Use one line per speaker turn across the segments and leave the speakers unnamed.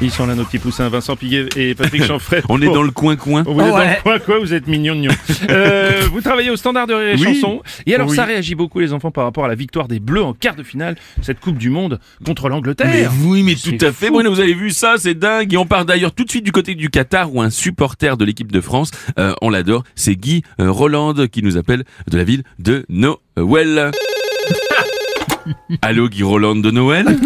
Ils sont là nos petits poussins, Vincent Piguet et Patrick Chanfray.
On est
Pour-
dans le coin-coin.
Vous êtes dans le coin, quoi, vous êtes mignons, mignons. Euh, vous travaillez au standard de rire et
Oui.
chanson. Et alors,
Oui.
ça réagit beaucoup, les enfants, par rapport à la victoire des Bleus en quart de finale, cette Coupe du Monde contre
Ah, Mais
l'Angleterre.
oui, mais
C'est
tout à fait.
fou.
Bruno, vous avez vu ça, c'est dingue. Et on part d'ailleurs tout de suite du côté du Qatar où un supporter de l'équipe de France, euh, on l'adore, c'est Guy euh, Roland qui nous appelle de la ville de Noël. Allô Guy Roland de Noël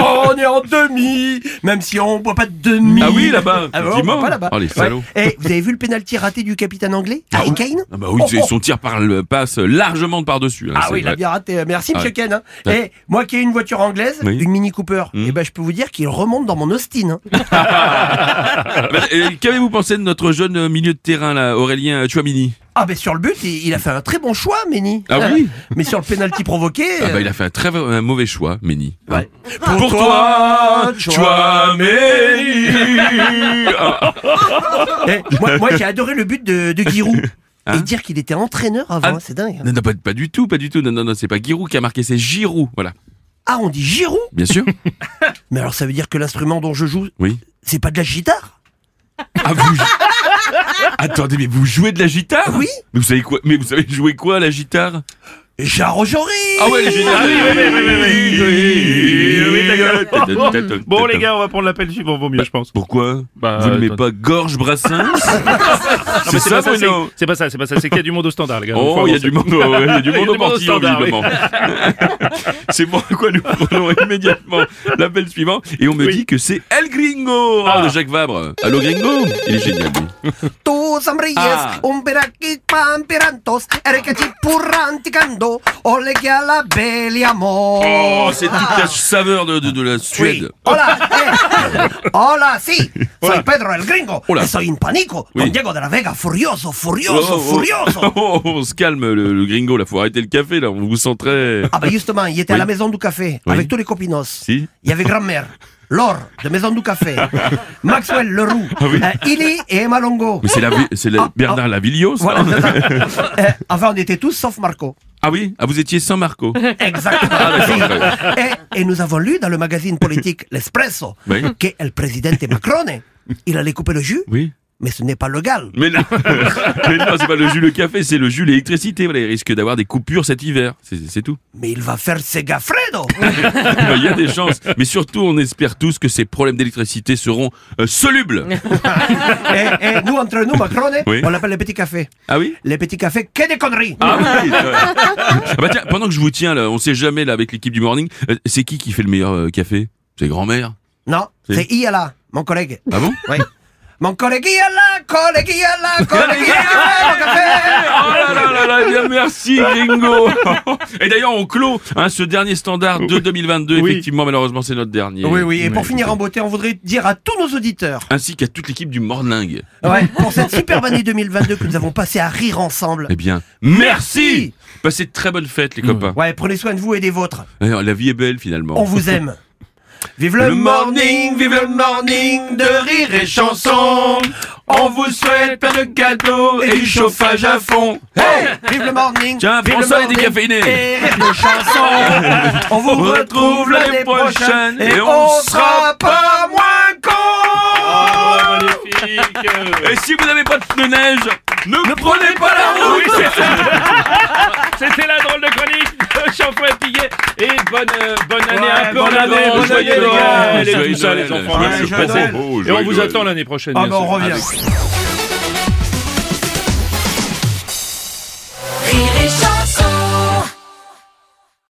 Oh, on est en demi Même si on boit pas de demi
Ah oui là-bas
Ah ouais, on
effectivement.
boit pas là-bas
Oh les
Ouais.
salauds
Eh, vous avez vu le pénalty raté du capitaine anglais Harry Kane
Ah bah oui,
Oh,
c'est-
oh.
son tir par le passe largement par-dessus. hein,
Ah
c'est
oui, il a
vrai.
bien raté. Merci,
Ah
monsieur
ouais.
Ken. hein.
Ouais.
Eh, moi qui ai une voiture anglaise,
Oui.
une Mini Cooper,
Mm.
eh ben, je peux vous dire qu'il remonte dans mon Austin. hein.
Ah bah, euh, Qu'avez-vous pensé de notre jeune euh, milieu de terrain là, Aurélien Chouamini
Ah, ben sur le but, il, il a fait un très bon choix, Méni.
Ah oui
Mais sur le pénalty provoqué.
Ah bah
euh,
il a fait un très un mauvais choix, Méni. hein.
Ouais.
Pour, toi, Chouameni
eh, moi, moi, j'ai adoré le but de, de Giroud.
Hein
Et dire qu'il était entraîneur avant,
Ah.
hein, c'est dingue. hein.
Non, non, pas, pas du tout, pas du tout. Non, non, non, c'est pas Giroud qui a marqué, c'est Giroud. Voilà,
Ah, on dit Giroud
bien sûr.
Mais alors, ça veut dire que l'instrument dont je joue,
Oui.
c'est pas de la guitare
Ah, vous... Attendez, mais vous jouez de la
Ah
guitare
Oui.
Mais vous savez quoi Mais vous savez jouer quoi, la guitare
Jarojori
Ah ouais, la guitare
oui, oui, oui, oui,
oui, oui, oui,
Bon, les gars, on va prendre l'appel suivant, vaut mieux, je pense.
Pourquoi
Bah,
Vous ne
euh,
mettez pas Gorge Brassens
Non, mais
C'est ça,
pas ça,
Bruno
c'est- c'est pas ça, c'est pas ça. C'est qu'il y a du monde au standard, les gars. Donc,
Oh,
faut
il y a
avancer.
du monde, au- ouais, il y a du
Il y a du
monde au
monde au
parti,
standard, oui.
visiblement. c'est pourquoi nous prenons immédiatement l'appel suivant et on me
Oui.
dit que c'est El Gringo
Ah.
de Jacques Vabre. Allô Gringo Il est génial, lui.
Tus hombres,
Ah.
un pam perantos, ercati purranticando, olegui a la belle amor.
Oh, c'est toute la saveur de, de, de la Suède.
Hola, eh. hola, sí, soy Pedro el Gringo,
Hola.
soy un panico,
Oui.
don Diego de la Vega, furioso, furioso,
Oh, oh, oh.
furioso.
Oh, on se calme, le, le Gringo, là, faut arrêter le café, là, on vous sent très...
Ah bah justement, il était à la maison du café,
Oui.
avec tous les copinos.
Si.
Il y avait grand-mère, Laure, de maison du café, Maxwell Leroux,
Ah
euh, Illy et Emma Longo.
Mais c'est la, vi- c'est la-
Ah,
Bernard Lavillios, ça.
Voilà, c'est ça. Euh, enfin, on était tous sauf Marco. Ah,
Ah oui Ah, vous étiez sans Marco
Exactement. Eh,
d'accord,
et, et nous avons lu dans le magazine politique L'Espresso
Oui.
que le président Macron, il allait couper le jus,
Oui
mais ce n'est pas légal.
Mais non, Mais non, c'est pas le jus le café, c'est le jus l'électricité. Voilà, il risque d'avoir des coupures cet hiver. C'est c'est tout.
Mais il va faire ses gaffredo.
Eh ben, Il y a des chances. Mais surtout, on espère tous que ces problèmes d'électricité seront euh, solubles.
et, et Eh, nous, entre nous, Macron,
Oui.
on l'appelle les petits cafés.
Ah oui
Les petits cafés, que des conneries
ah oui ouais. Ah bah tiens, pendant que je vous tiens là, on sait jamais là avec l'équipe du morning, euh, c'est qui qui fait le meilleur euh, café C'est grand-mère
Non,
Si.
c'est Iala, mon collègue.
Ah bon
Oui. Mon collègue Iala, collègue Iala, collègue Iala, mon café
Oh là là là là, eh bien merci Gringo Et d'ailleurs on clôt hein, ce dernier standard de 2022,
Oui.
effectivement malheureusement c'est notre dernier.
Oui, oui, et pour finir en
en...
beauté, on voudrait dire à tous nos auditeurs
Ainsi qu'à toute l'équipe du morning.
Ouais, pour cette superbe année 2022 que nous avons passé à rire ensemble.
Eh bien, merci Mmh. Passez de très bonnes fêtes, les copains.
Ouais, prenez soin de vous et des vôtres.
D'ailleurs, La vie est belle, finalement.
On vous aime. Vive le,
Le
morning, vive le morning de rire et chanson.
On vous souhaite plein de cadeaux
et du chauffage à
fond.
Hey, vive le morning.
Tiens,
vive
prends
le
ça, les
morning
décaféinés.
Et rire de chanson. On vous
On
retrouve l'année prochaine et on sera pas moins con.
Ah, magnifique.
Et si vous n'avez pas de pneus neige, ne, prenez pas la route
Oui, c'est ça. C'était la drôle de chronique de Champois Piguet. Et bonne, euh, bonne année
Ouais,
un peu
bonne
en
année,
avance.
bonne
Joyeux
année, les gars.
Noël et
Joyeux
tout ça,
Noël.
les enfants.
Ouais,
Merci
joyeux
beaucoup.
Noël.
Oh,
Et on
joyeux
vous
Noël.
attend l'année prochaine.
Ah
bien
bah on
sûr.
revient.
Rire et chanson